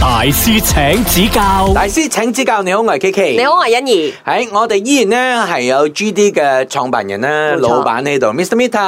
大師請指教，大師請指教，你好，我係 K K。你好，我係欣怡。喺我哋依然咧係有 G D 嘅創辦人啦，冇錯老闆喺度，Mr. Mita。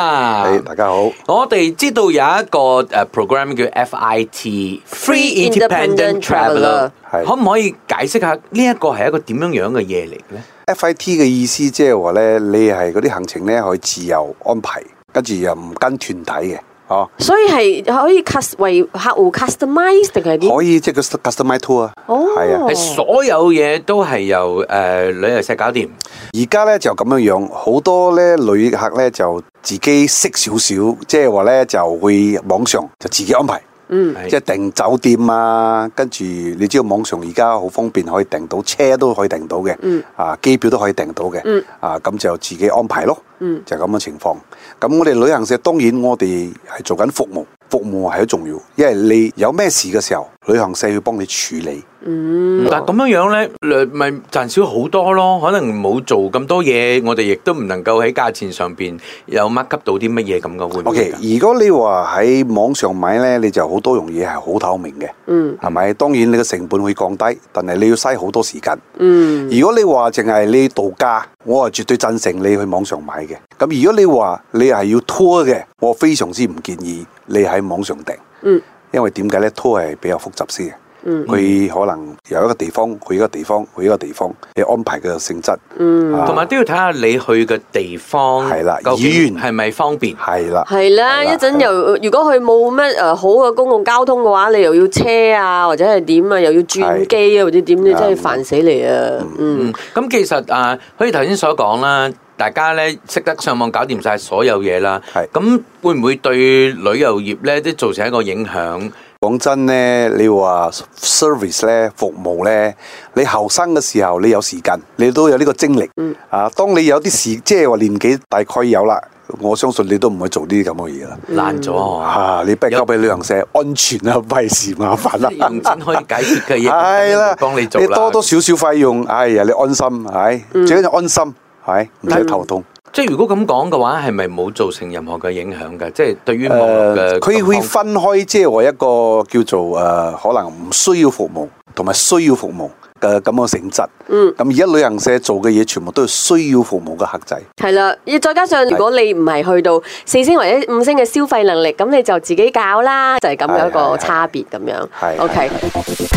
哎大家好，我哋知道有一個誒 program 叫 FIT（Free Free Independent Independent Traveller）， Traveller 係可唔可以解釋下呢一個係一個點樣樣嘅嘢嚟咧？ FIT 嘅意思即係話咧，你係嗰啲行程咧可以自由安排，跟住又唔跟團體嘅，哦，所以係可以 cus 為客戶 customize 定係點？可以即係個 customize tour 啊，哦係啊。係所有嘢都係由誒旅遊社搞掂，而家咧就咁樣樣，好多咧旅客咧就自己識少少，即係話咧就會網上就自己安排，嗯，係即係訂酒店啊，跟住你知道網上而家好方便，可以訂到車都可以訂到嘅，嗯啊機票都可以訂到嘅，嗯啊咁就自己安排咯，嗯就係咁嘅情況。咁我哋旅行社當然我哋係做緊服務，服務係好重要，因為你有咩事嘅時候，旅行社要幫你處理。嗯，但咁樣樣咧，略咪賺少好多咯。可能冇做咁多嘢，我哋亦都唔能夠喺價錢上邊有 mark up 到啲乜嘢咁嘅，會唔 O、會 k 㗎？如果你話喺網上買呢，你就好多樣嘢係好透明嘅，嗯係咪？當然你嘅成本會降低，但係你要嘥好多時間。嗯，如果你話淨係你度假，我係絕對贊成你去網上買嘅。咁如果你話你係要 tour 嘅，我非常之唔建議你喺網上訂。嗯，因為點解呢 tour 係比較複雜先嘅。嗯佢可能由一個地方去一個地方去一個地方，你安排嘅性質嗯，啊同埋都要睇下你去嘅地方係啦究竟遠係咪方便？係啦。係啦，係啦一陣係啦又如果佢冇咩誒好嘅公共交通嘅話，你又要車啊，或者係點啊，又要轉機啊，或者點，你真係啱煩死你啊！嗯嗯，咁其實啊，好似頭先所講啦，大家咧識得上網搞掂晒所有嘢啦。係咁會唔會對旅遊業咧都造成一個影響？講真咧，你話 service 咧服務咧，你後生嘅時候你有時間，你都有呢個精力。嗯啊，當你有啲事，即係話年紀大概有啦，我相信你都唔會做呢啲咁嘅嘢啦。爛咗啊啊，你不如有交俾旅行社，安全啊，費事麻煩啦。用錢可以解決嘅嘢， 係啦，幫你做啦。多多少少費用，哎呀，你安心，係最緊要安心，係唔使頭痛。即係如果咁講嘅話，係咪冇造成任何嘅影響嘅？即係對於網絡嘅誒，呃佢會狀況分開，即係話一個叫做誒、呃可能唔需要服務同埋需要服務嘅咁嘅性質。嗯，咁而家旅行社做嘅嘢，全部都係需要服務嘅客仔。係啦，再加上如果你唔係去到四星或者五星嘅消費能力，咁你就自己搞啦，就係咁樣一個係係係差別咁樣。係 OK。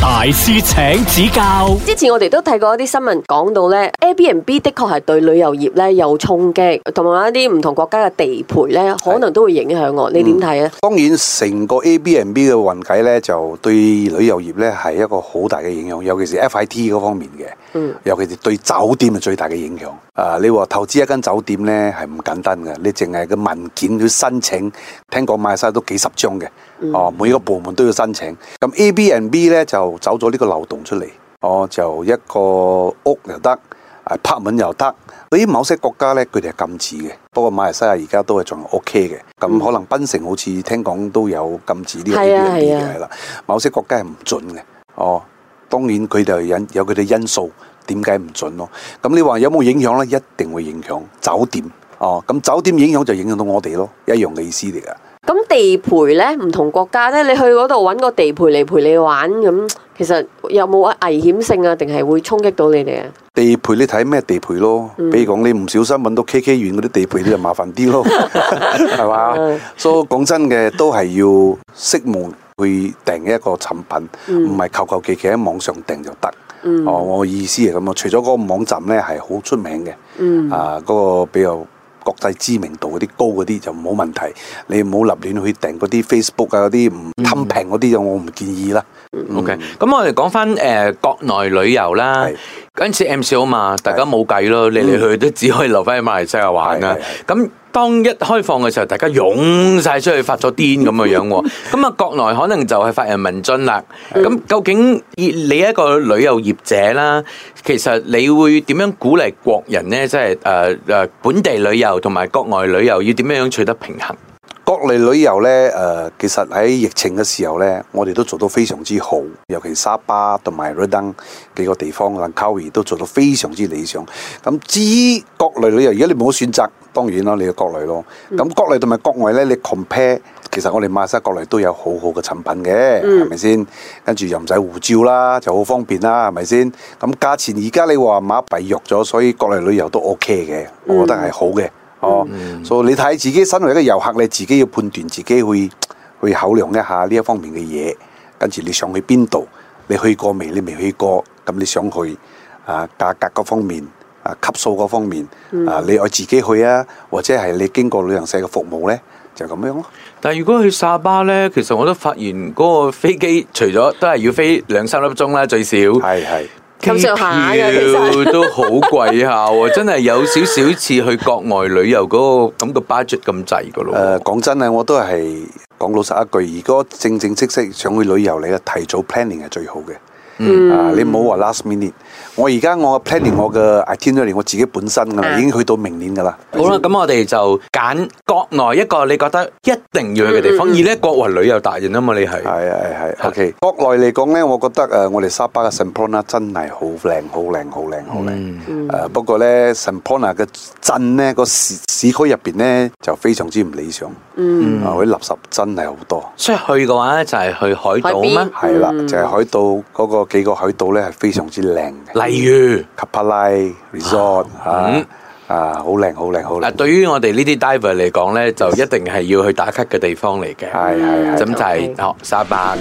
大師請指教，之前我哋都睇過一啲新聞講到咧，Airbnb 的確係對旅遊業咧有衝擊，同埋一啲唔同國家嘅地盤咧，可能都會影響我。你點睇啊？當然，成個 Airbnb 嘅運計咧，就對旅遊業咧係一個好大嘅影響，尤其是 FIT 嗰方面嘅。嗯，尤其是對酒店係最大嘅影響。啊，你話投資一間酒店咧係唔簡單嘅，你淨係個文件要申請，聽講買晒都幾十張嘅。哦，每個部門都要申請。咁 Airbnb 咧就走咗呢個漏洞出嚟。哦，就一個屋又得，啊拍門又得。對於某些國家咧，佢哋係禁止嘅。不過馬來西亞而家都係仲 OK 嘅。咁可能檳城好似聽講都有禁止呢個嗯係啊 Airbnb 係啊嘅，係啦。某些國家係唔準嘅。哦，當然佢哋有因有佢哋因素，點解唔準咯？咁你話有冇影響咧？一定會影響酒店。哦，咁酒店影響就影響到我哋咯，一樣嘅意思嚟噶。咁地陪咧，唔同國家咧，你去嗰度揾個地陪嚟陪你玩，咁其實有冇危險性啊？定係會衝擊到你哋啊？地陪你睇咩地陪咯？比如講你唔小心揾到 KK 園嗰啲地陪，你就麻煩啲咯，係嘛？所以講真嘅，都係要識門去訂一個產品，唔係求求其其喺網上訂就得。哦，我意思係咁啊。除咗嗰個網站咧係好出名嘅，啊嗰個比較國際知名度嗰啲高嗰啲就冇問題。你唔好立亂去訂嗰啲 Facebook 啊嗰啲唔貪平嗰啲，就我唔建議啦。 OK，咁我哋講翻誒國內旅遊啦係，嗰陣時 MCO 嘛，大家冇計咯，嚟嚟去去都只可以留翻喺馬來西亞玩啦係係。咁當一開放嘅時候，大家湧晒出去發咗癲咁嘅樣 喎。咁啊，國內可能就係發人民津啦。咁究竟以你一個旅遊業者啦，其實你會點樣鼓勵國人呢？即係誒誒本地旅遊同埋國外旅遊要點樣樣取得平衡？國內旅遊呢，誒、呃其實喺疫情嘅時候呢，我哋都做到非常之好，尤其沙巴同埋 Redang 幾個地方，蘭卡威都做到非常之理想。咁至於國內旅遊，而家你冇得選擇，當然啦，你去國內咯。咁國內同埋國外呢，你 compare 其實我哋馬來西亞國內都有好好嘅產品嘅，係咪先？跟住又唔使護照啦，就好方便啦，係咪先？咁價錢而家你話馬幣弱咗，所以國內旅遊都 OK 嘅，我覺得係好嘅。哦，所以你睇自己身為一個遊客，你自己要判斷自己去去考量一下呢一方面嘅嘢，跟住你想去邊度，你去過未？你未去過，咁你想去啊價格嗰方面。啊，級數嗰方面，啊，你愛自己去啊，或者係你經過旅行社嘅服務呢，就咁樣咯。但係如果去沙巴咧，其實我都發現嗰個飛機除咗都係要飛兩三粒鐘啦，最少。係係，咁上下嘅其實機票都好貴下喎， 真係有少少似去國外旅遊嗰、個咁個 budget 咁滯噶咯。誒講真啊，我都係講老實一句，如果正正式式想去旅遊，你嘅提早 planning 係最好嘅。啊，你唔好話 last minute。我而家我 planning 我嘅 itinerary，我自己本身㗎啦，啊已經去到明年㗎啦。好啦，咁我哋就揀國內一個你覺得一定要去嘅地方，而咧國外旅遊達人啊嘛，你係。係係係，OK。國內嚟講咧，我覺得誒、呃我哋沙巴嘅 Semporna 真係好靚，好靚，好靚，好靚。誒、不過咧，Semporna 嘅鎮咧，個市市區入邊咧就非常之唔理想，嗯，啊，嗰啲垃圾真係好多。所以去嘅話就係去海島海咩邊？係啦，就係海島嗰、個幾個海島咧係非常之靚嘅，例如卡帕拉 resort 啊啊，好靚好靚好嗱，靚，對於我哋呢啲 diver 嚟講咧，就一定係要去打卡嘅地方嚟嘅。係咁係係。就係哦沙巴，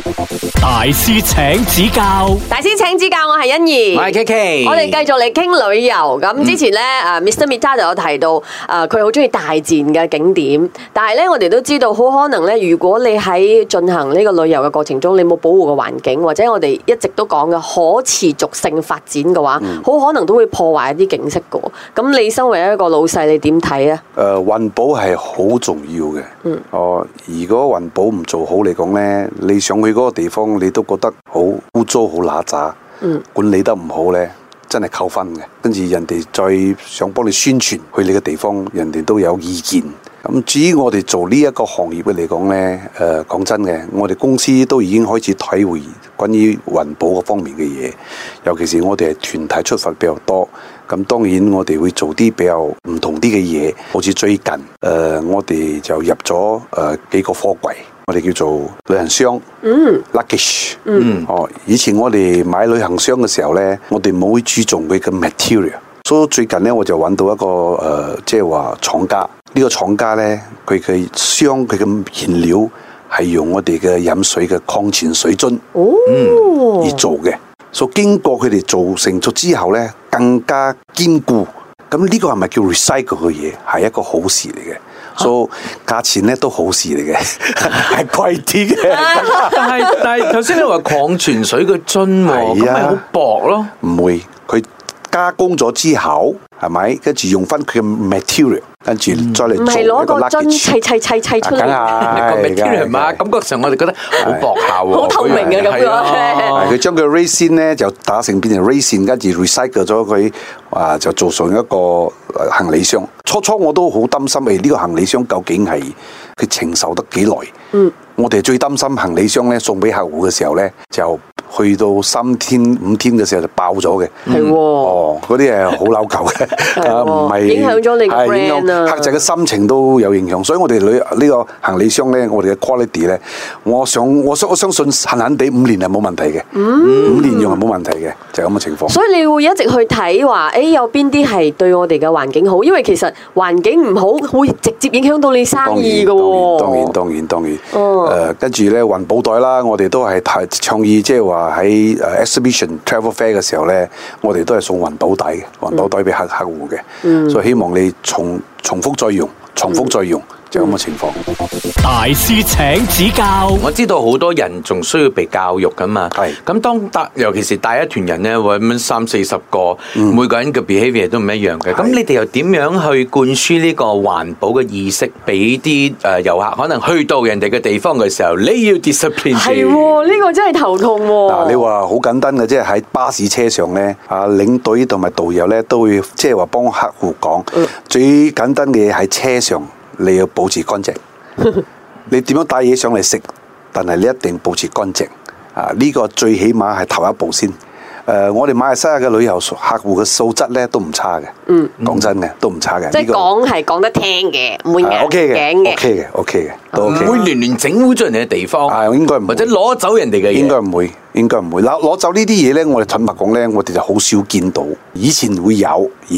大師請指教，大師請指教，我係欣怡。我係 K K，我哋繼續嚟傾旅遊。咁之前咧，啊 Mr. Mita 就有提到，啊佢好中意大自然嘅景點，但係咧我哋都知道，好可能咧，如果你喺進行呢個旅遊嘅過程中，你冇保護嘅環境，或者我哋一直都講嘅可持續性發展嘅話，好、可能都會破壞一啲景色嘅喎。咁你身為一個老細，你點睇啊？誒、呃環保係好重要嘅。嗯。哦，如果環保唔做好嚟講呢，你想去嗰個地方，你都覺得好污糟、好乸渣。嗯。管理得唔好呢，真係扣分嘅。跟住人哋再想幫你宣傳去你嘅地方，人哋都有意見。咁至於我哋做呢一個行業嘅嚟講呢，誒、講真嘅，我哋公司都已經開始體會關於環保嗰方面嘅嘢，尤其是我哋係團體出發比較多。咁當然我哋會做啲比較唔同啲嘅嘢，好似最近誒、呃我哋就入咗誒、呃、幾個貨櫃，我哋叫做旅行箱，嗯，luggage，嗯，哦，以前我哋買旅行箱嘅時候咧，我哋冇注重佢嘅 material，所以最近咧我就揾到一個誒、呃即係話廠家，呢、個廠家咧佢嘅箱佢嘅原料係用我哋嘅飲水嘅礦泉水樽。哦，嗯而做嘅。所以經過佢哋做成咗之後呢，更加堅固。咁呢個係咪叫 recycle 嘅嘢？係一個好事嚟嘅。所以價錢呢都好事 嚟嘅，係貴啲嘅，啊但係但係頭先你話礦泉水嘅樽喎，咁係啊咪好薄咯。唔會佢加工咗之後係咪？跟住用翻佢嘅 material，跟住再嚟唔做係一攞個個樽 luggage 砌。砌砌砌啊出梗嚟。個係 material 梗係嘛，梗感覺上我哋覺得好薄效喎，好透明啊咁樣係啊係佢將佢 racing 咧就打成變成 racing，跟住 recycle 咗佢，啊就做成一個呃行李箱。初初我都好擔心，誒、呢、個行李箱究竟係佢承受得幾耐？嗯，我哋最擔心行李箱咧送俾客戶嘅時候咧，就去到三天五天嘅時候就爆咗嘅。係喎哦，嗰啲係好扭舊嘅，喎啊唔係影響咗你嘅係影 brand 啊響客仔嘅心情都有影響，所以我哋旅呢個行李箱咧，我哋嘅 quality 咧，我想我相我相信閒閒地五年係冇問題嘅，五年用係冇問題嘅，就係咁嘅情況。嗯所以你會一直去睇話，誒、有邊啲係對我哋嘅環境好？因為其實環境唔好會直接影響到你生當意然嘅喎、當然當然當然哦當然，誒跟住咧環保袋啦，我哋都係提倡議，即係話喺誒 exhibition travel fair 嘅時候咧，我哋都係送環保袋嘅，環保袋俾客客戶嗯嘅，所以希望你重重複再用，重複再用，就係咁嘅情況。大師請指教，我知道好多人仲需要被教育噶嘛，係咁當帶尤其是帶一團人咧，會咁三四十個，每個人嘅 behaviour 都唔一樣嘅。咁嗯係你哋又點樣去灌輸呢個環保嘅意識俾啲誒遊客？可能去到人哋嘅地方嘅時候，你要 discipline 自己係喎，呢、個真係頭痛喎、嗱，你話好簡單嘅啫，喺巴士車上咧，啊領隊同埋導遊咧都會即係話幫客户講，最簡單嘅嘢喺車上，你要保持 乾淨。你點樣帶嘢上嚟食，但係你一定保持乾淨。啊，呢、個最起碼係頭一步先。誒、我哋馬來西亞嘅旅遊客戶嘅素質咧都唔差嘅。嗯，講真嘅都唔差嘅。即係呢個講係講得聽嘅，唔會啊硬頸 OK 嘅嗯嘅。 ，OK 嘅，OK 嘅。都 OK。唔會亂亂整污咗人哋嘅地方，啊應該唔會或者攞走人哋嘅嘢，應該唔會，應該唔會。攞攞走呢啲嘢咧，我哋坦白講咧，我哋就好少見到。以前會有，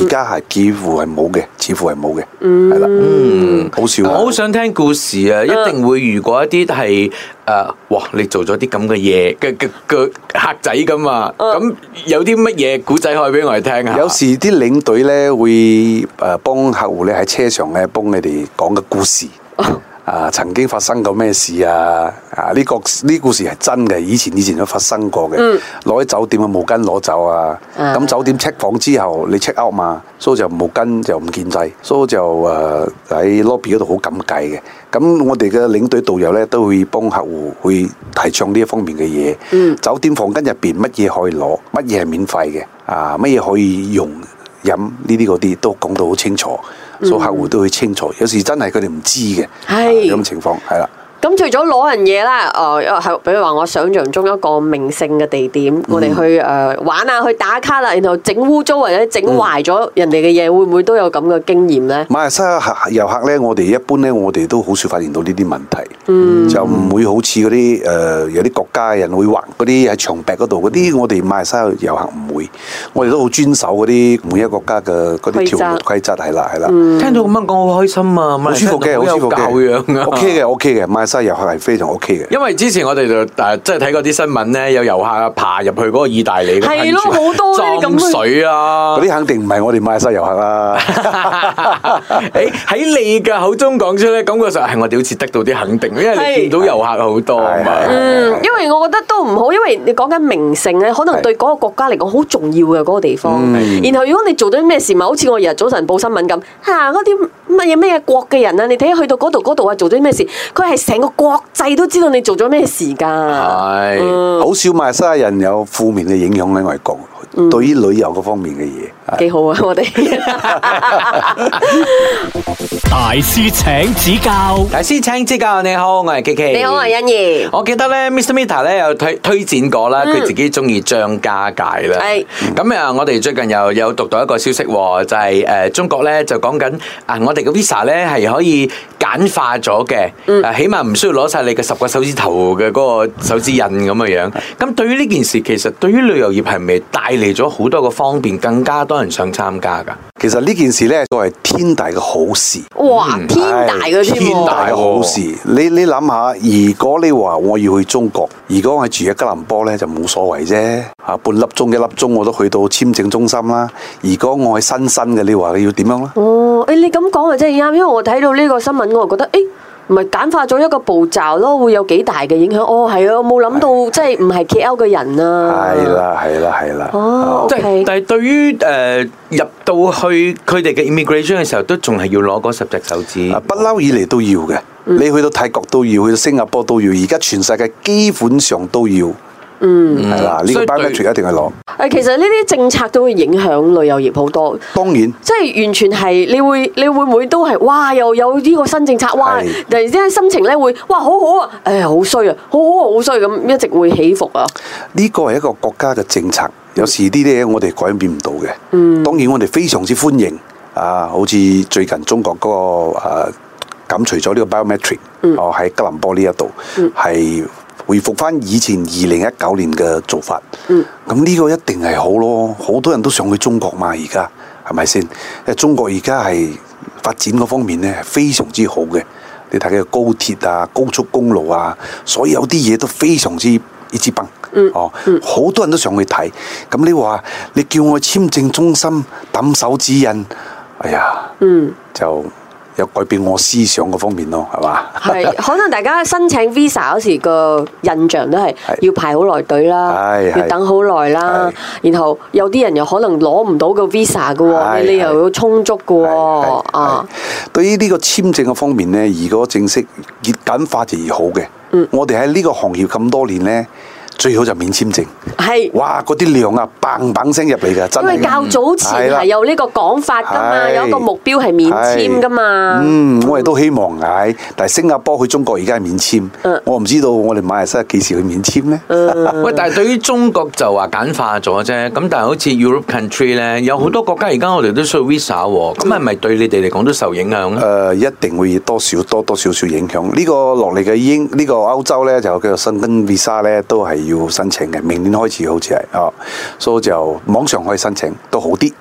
而家係幾乎係冇嘅，似乎係冇嘅，係啦，嗯，好少。我好想聽故事嗯啊！一定會遇過一啲係誒，哇！你做咗啲咁嘅嘢嘅嘅嘅客仔咁啊！嗯咁有啲乜嘢古仔可以俾我哋聽啊下？有時啲領隊咧會誒幫客戶咧喺車上咧幫你哋講嘅故事。啊！曾經發生過咩事啊？啊！呢、個呢故事係真嘅，以前以前都發生過嘅。攞喺酒店嘅毛巾攞走啊！啊咁、酒店 check 房之後，你 check out 嘛，所以就毛巾就唔見制，所以就誒喺 lobby 嗰度好尷尬嘅。咁我哋嘅領隊導遊咧都會幫客戶去提倡呢一方面嘅嘢。酒店房間入邊乜嘢可以攞，乜嘢係免費嘅，啊乜嘢可以用。飲呢啲嗰啲都講到好清楚，所以客戶都會清楚。有時真係佢哋唔知嘅，係啊咁情況係啦。咁除咗攞人嘢啦，誒、呃，係比如話我想象中一個名勝嘅地點，我哋去誒、呃玩啊，去打卡啦，然後整污糟或者整壞咗人哋嘅嘢，會唔會都有咁嘅經驗咧？馬來西亞客遊客咧，我哋一般咧，我哋都好少發現到呢啲問題，嗯就唔會好似嗰啲誒有啲國家人會畫嗰啲喺牆壁嗰度嗰嗯啲，我哋馬來西亞遊客唔會，我哋都好遵守嗰啲每一個國家嘅嗰啲規條則嗯規則係啦係啦。嗯聽到咁樣講好開心啊！好舒服嘅，好舒服嘅，好有教養啊 OK 嘅，OK 嘅，馬來西亞遊客係非常 OK 嘅。因為之前我哋就誒即係睇過啲新聞咧，有遊客啊爬入去嗰個意大利嘅噴係咯泉好多呢啲咁嘅撞水啊嗰！啲肯定唔係我哋馬來西亞遊客 啦。 誒喺你嘅口中講出咧，感覺上係我哋好似得到啲肯定，因為你見到遊客好多啊嘛。係嗯，因為我覺得都唔好，因為你講緊名勝咧，可能係對嗰個國家嚟講好重要嘅嗰、個地方。嗯然後如果你做咗啲咩事，咪好似我日日早晨報新聞咁，嚇嗰啲乜嘢咩國嘅人啊，你睇下去到嗰度嗰度啊，做咗啲咩事，佢係成個國際都知道你做咗咩事㗎。啊係嗯好少馬來西亞人有負面嘅影響喺外國，嗯對於旅遊嗰方面嘅嘢。幾好啊！我 哋。大師請指教，大師請指教，你好，我係 K K。你好，我啊係欣怡。我記得咧，Mr. Mita 咧有推推薦過啦，佢自己中意張家界啦嗯係。咁啊，我哋最近又有讀到一個消息喎，就係、呃中國咧就講緊啊，我哋嘅 visa 咧係可以簡化咗嘅，嗯啊起碼唔需要攞晒你嘅十個手指頭嘅嗰個手指印咁嘅樣。咁對於呢件事，其實對於旅遊業係咪帶嚟咗好多個方便，更加多人想參加㗎？其實呢件事呢，作為天大嘅好事。哇，天大嘅添喎，嗯天大嘅好事。你你諗下，如果你話我要去中國，如果我係住喺吉林坡呢，就冇所謂啫。啊，半粒鐘一粒鐘我都去到簽證中心啦。如果我係新生嘅，你話你要點樣啦？哦，誒你咁講啊，真係啱，因為我睇到呢個新聞，我就覺得誒。唔係簡化咗一個步驟咯，會有幾大嘅影響？哦，係啊，我冇諗到，即係唔係 KL 嘅人啊。係。啦，係啦，係啦。哦即 OK 係，但係對於誒、呃入到去佢哋嘅 immigration 嘅時候，都仲係要攞嗰十隻手指。啊，不嬲以嚟都要嘅。你去到泰國都要，去到新加坡都要，而家全世界基本上都要。嗯，係啦，呢所個以 b i o m e 對 t r i 一定係攞。誒，其實呢啲政策都會影響旅遊業好多，當然，即係完全係你會你會唔會都係哇又有呢個新政策哇，係突然之間心情咧會哇好好啊，誒好衰啊，好好啊好衰咁，一直會起伏啊。呢個係一個國家嘅政策，有時呢啲嘢我哋改變唔到嘅。當然我哋非常之歡迎啊，好似最近中國嗰、個啊減除咗呢個 biometric，哦喺吉隆坡呢一度係回復翻以前二零一九年嘅做法。咁呢個一定係好咯，好多人都想去中國嘛，而家係咪先？因為中國而家係發展嗰方面呢，係非常之好嘅。你睇嘅高鐵啊、高速公路啊，所有啲嘢都非常之一支崩。嗯哦，好、多人都想去睇。咁你話你叫我去簽證中心抌手指印，哎呀，嗯。就有改變我思想嗰方面咯，係嘛？ 係，可能大家申請 visa 嗰時個印象都係係要排好耐隊啦，係要係等好耐啦，然後有啲人又可能攞唔到個 visa 嘅喎，係你理由係要充足嘅係喎，係係啊，對於呢個簽證嘅方面嗯呢，如果正式越簡化就越好嘅。我哋喺呢個行業咁多年呢，最好就免簽證。係。哇！嗰啲量啊，砰砰聲入嚟㗎，真因為係。較早前係啦係有呢個講法㗎嘛，係有一個目標係免簽㗎嘛。嗯，我哋都希望唉，但係新加坡去中國而家係免簽，嗯我唔知道我哋馬來西亞幾時去免簽呢？喂，但係對於中國就話簡化咗啫，咁但係好似 Europe country 咧，有好多國家而家我哋都需要 visa 喎，咁係咪對你哋嚟講都受影響誒、咧？呃一定會多少多多少少影響。呢、個落嚟嘅英呢、個歐洲咧就叫做申根 visa 咧都係要申請嘅，明年開始好似係哦，所以就網上可以申請都好啲。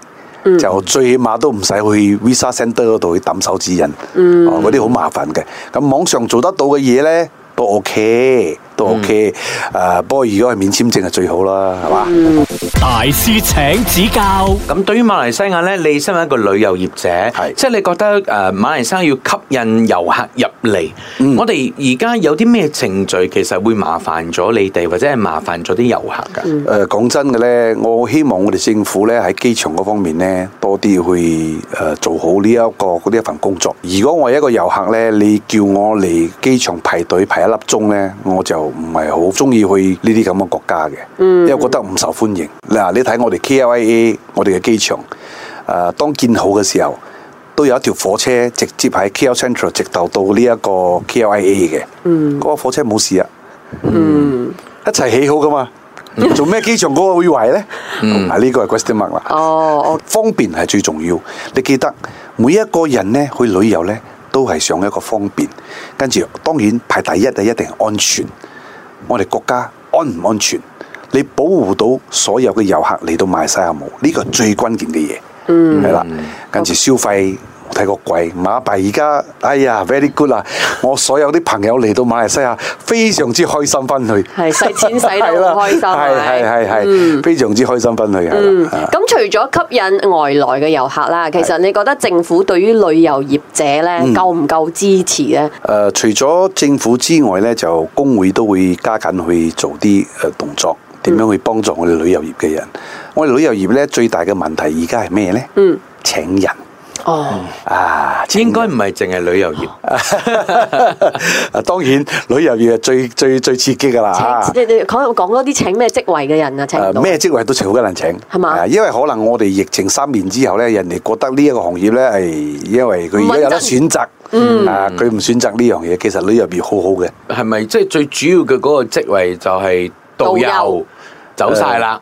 就最起碼都唔使去 visa centre 嗰度去抌手指印，哦嗰啲好麻煩嘅。咁網上做得到嘅嘢咧都 OK，都 OK、誒，不過如果係免簽證係最好啦，係嘛？大師請指教，咁對於馬來西亞咧，你身為一個旅遊業者，係即係你覺得誒、呃、馬來西亞要吸引遊客入嚟，我哋而家有啲咩程序其實會麻煩咗你哋，或者係麻煩咗啲遊客㗎？誒呃講真嘅咧，我希望我哋政府咧喺機場嗰方面咧多啲去誒、呃做好呢、一個嗰啲一份工作。如果我係一個遊客咧，你叫我嚟機場排隊排一粒鐘咧，我就唔係好中意去呢啲咁嘅國家嘅，因為覺得唔受歡迎。嗱，你睇我哋 KLIA 我哋嘅機場誒、呃，當建好嘅時候。都有一條火車直接喺 KL Central 直頭到呢一個 KLIA 嘅，嗰、個火車冇事啊，一齊起好噶嘛？做咩機場嗰個會壞呢？啊，呢個係 question mark 啦。哦，方便係最重要，你記得每一個人呢去旅遊呢，都係想一個方便，跟住當然排第一就一定係安全。我哋國家安唔安全？你保護到所有嘅遊客嚟到馬來西亞冇？呢個係最關鍵嘅嘢，嗯係啦、跟住消費。我睇個貴，馬幣而家，哎呀，very good 啦！我所有啲朋友嚟到馬來西亞，非常之開心翻去。係使錢使係到啦好開心，啊 係係係係，非常之開心分去係嗯啦。啊咁除咗吸引外來嘅遊客啦，其實你覺得政府對於旅遊業者咧嗯夠唔夠支持咧？誒、呃除咗政府之外咧，就工會都會加緊去做啲誒呃動作，點樣去幫助我哋旅遊業嘅人。我哋旅遊業咧最大嘅問題而家係咩咧？嗯，請人 哦，啊，請應該唔係淨係旅遊業，啊當然旅遊業係最最最刺激㗎啦。啊請你你講講多啲請咩職位嘅人啊？請唔誒到咩職位都好難請，係嘛啊因為可能我哋疫情三年之後咧，人哋覺得呢一個行業咧係因為佢而家有得選擇，嗯啊佢唔選擇呢樣嘢，其實旅遊業好好嘅。係咪即係最主要嘅嗰個職位就係導導遊遊走晒啦？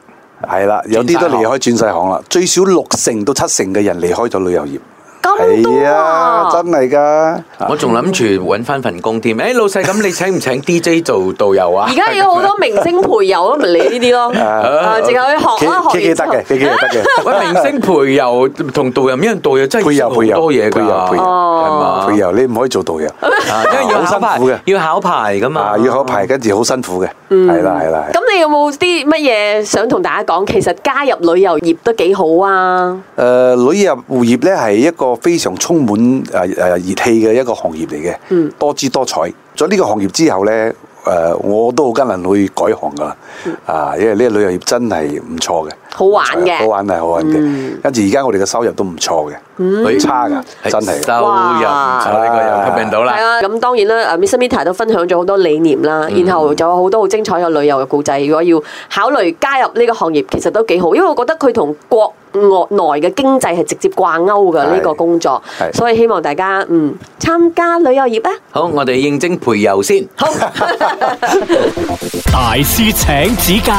係啦，有啲都轉晒行離開轉晒行啦，最少六成到七成嘅人離開咗旅遊業。咁多啊？真係㗎。 我仲諗住揾翻份工 添。誒、老細咁，你請唔請 DJ 做導遊啊？而家有好多明星陪遊咯，咪你呢啲 咯，啊，直頭去學啦， K 學完 K 得之後嘅，K K 得嘅。 喂，明星陪遊同導遊唔一樣，導遊真係配要油好配油多嘢㗎，配油配油哦係嘛？配油，你唔可以做導遊，啊，因為要考好牌辛苦嘅，要考牌㗎嘛，啊要考牌，跟住好辛苦嘅，嗯係啦係啦。係啦咁你有冇啲乜嘢想同大家講？其實加入旅遊業都幾好啊！誒、呃旅遊業咧係一個非常充滿誒誒熱氣嘅一個行業嚟嘅，嗯多姿多彩。咗呢個行業之後咧，誒、我都好艱難去改行噶啦，啊，因為呢個旅遊業真係唔錯嘅，嗯好玩嘅嗯好玩係好玩嘅。跟住而家我哋嘅收入都唔錯嘅，唔差㗎，真係收。入哇就呢個又吸引到係啦。啊，咁當然啦啊，Miss Mita 都分享咗好多理念啦，嗯然後仲有好多好精彩嘅旅遊嘅故仔。如果要考慮加入呢個行業，其實都幾好，因為我覺得佢同國外內嘅經濟係直接掛鈎嘅呢個工作，係所以希望大家嗯參加旅遊業啊！好，我哋應徵陪遊先。大師請指教。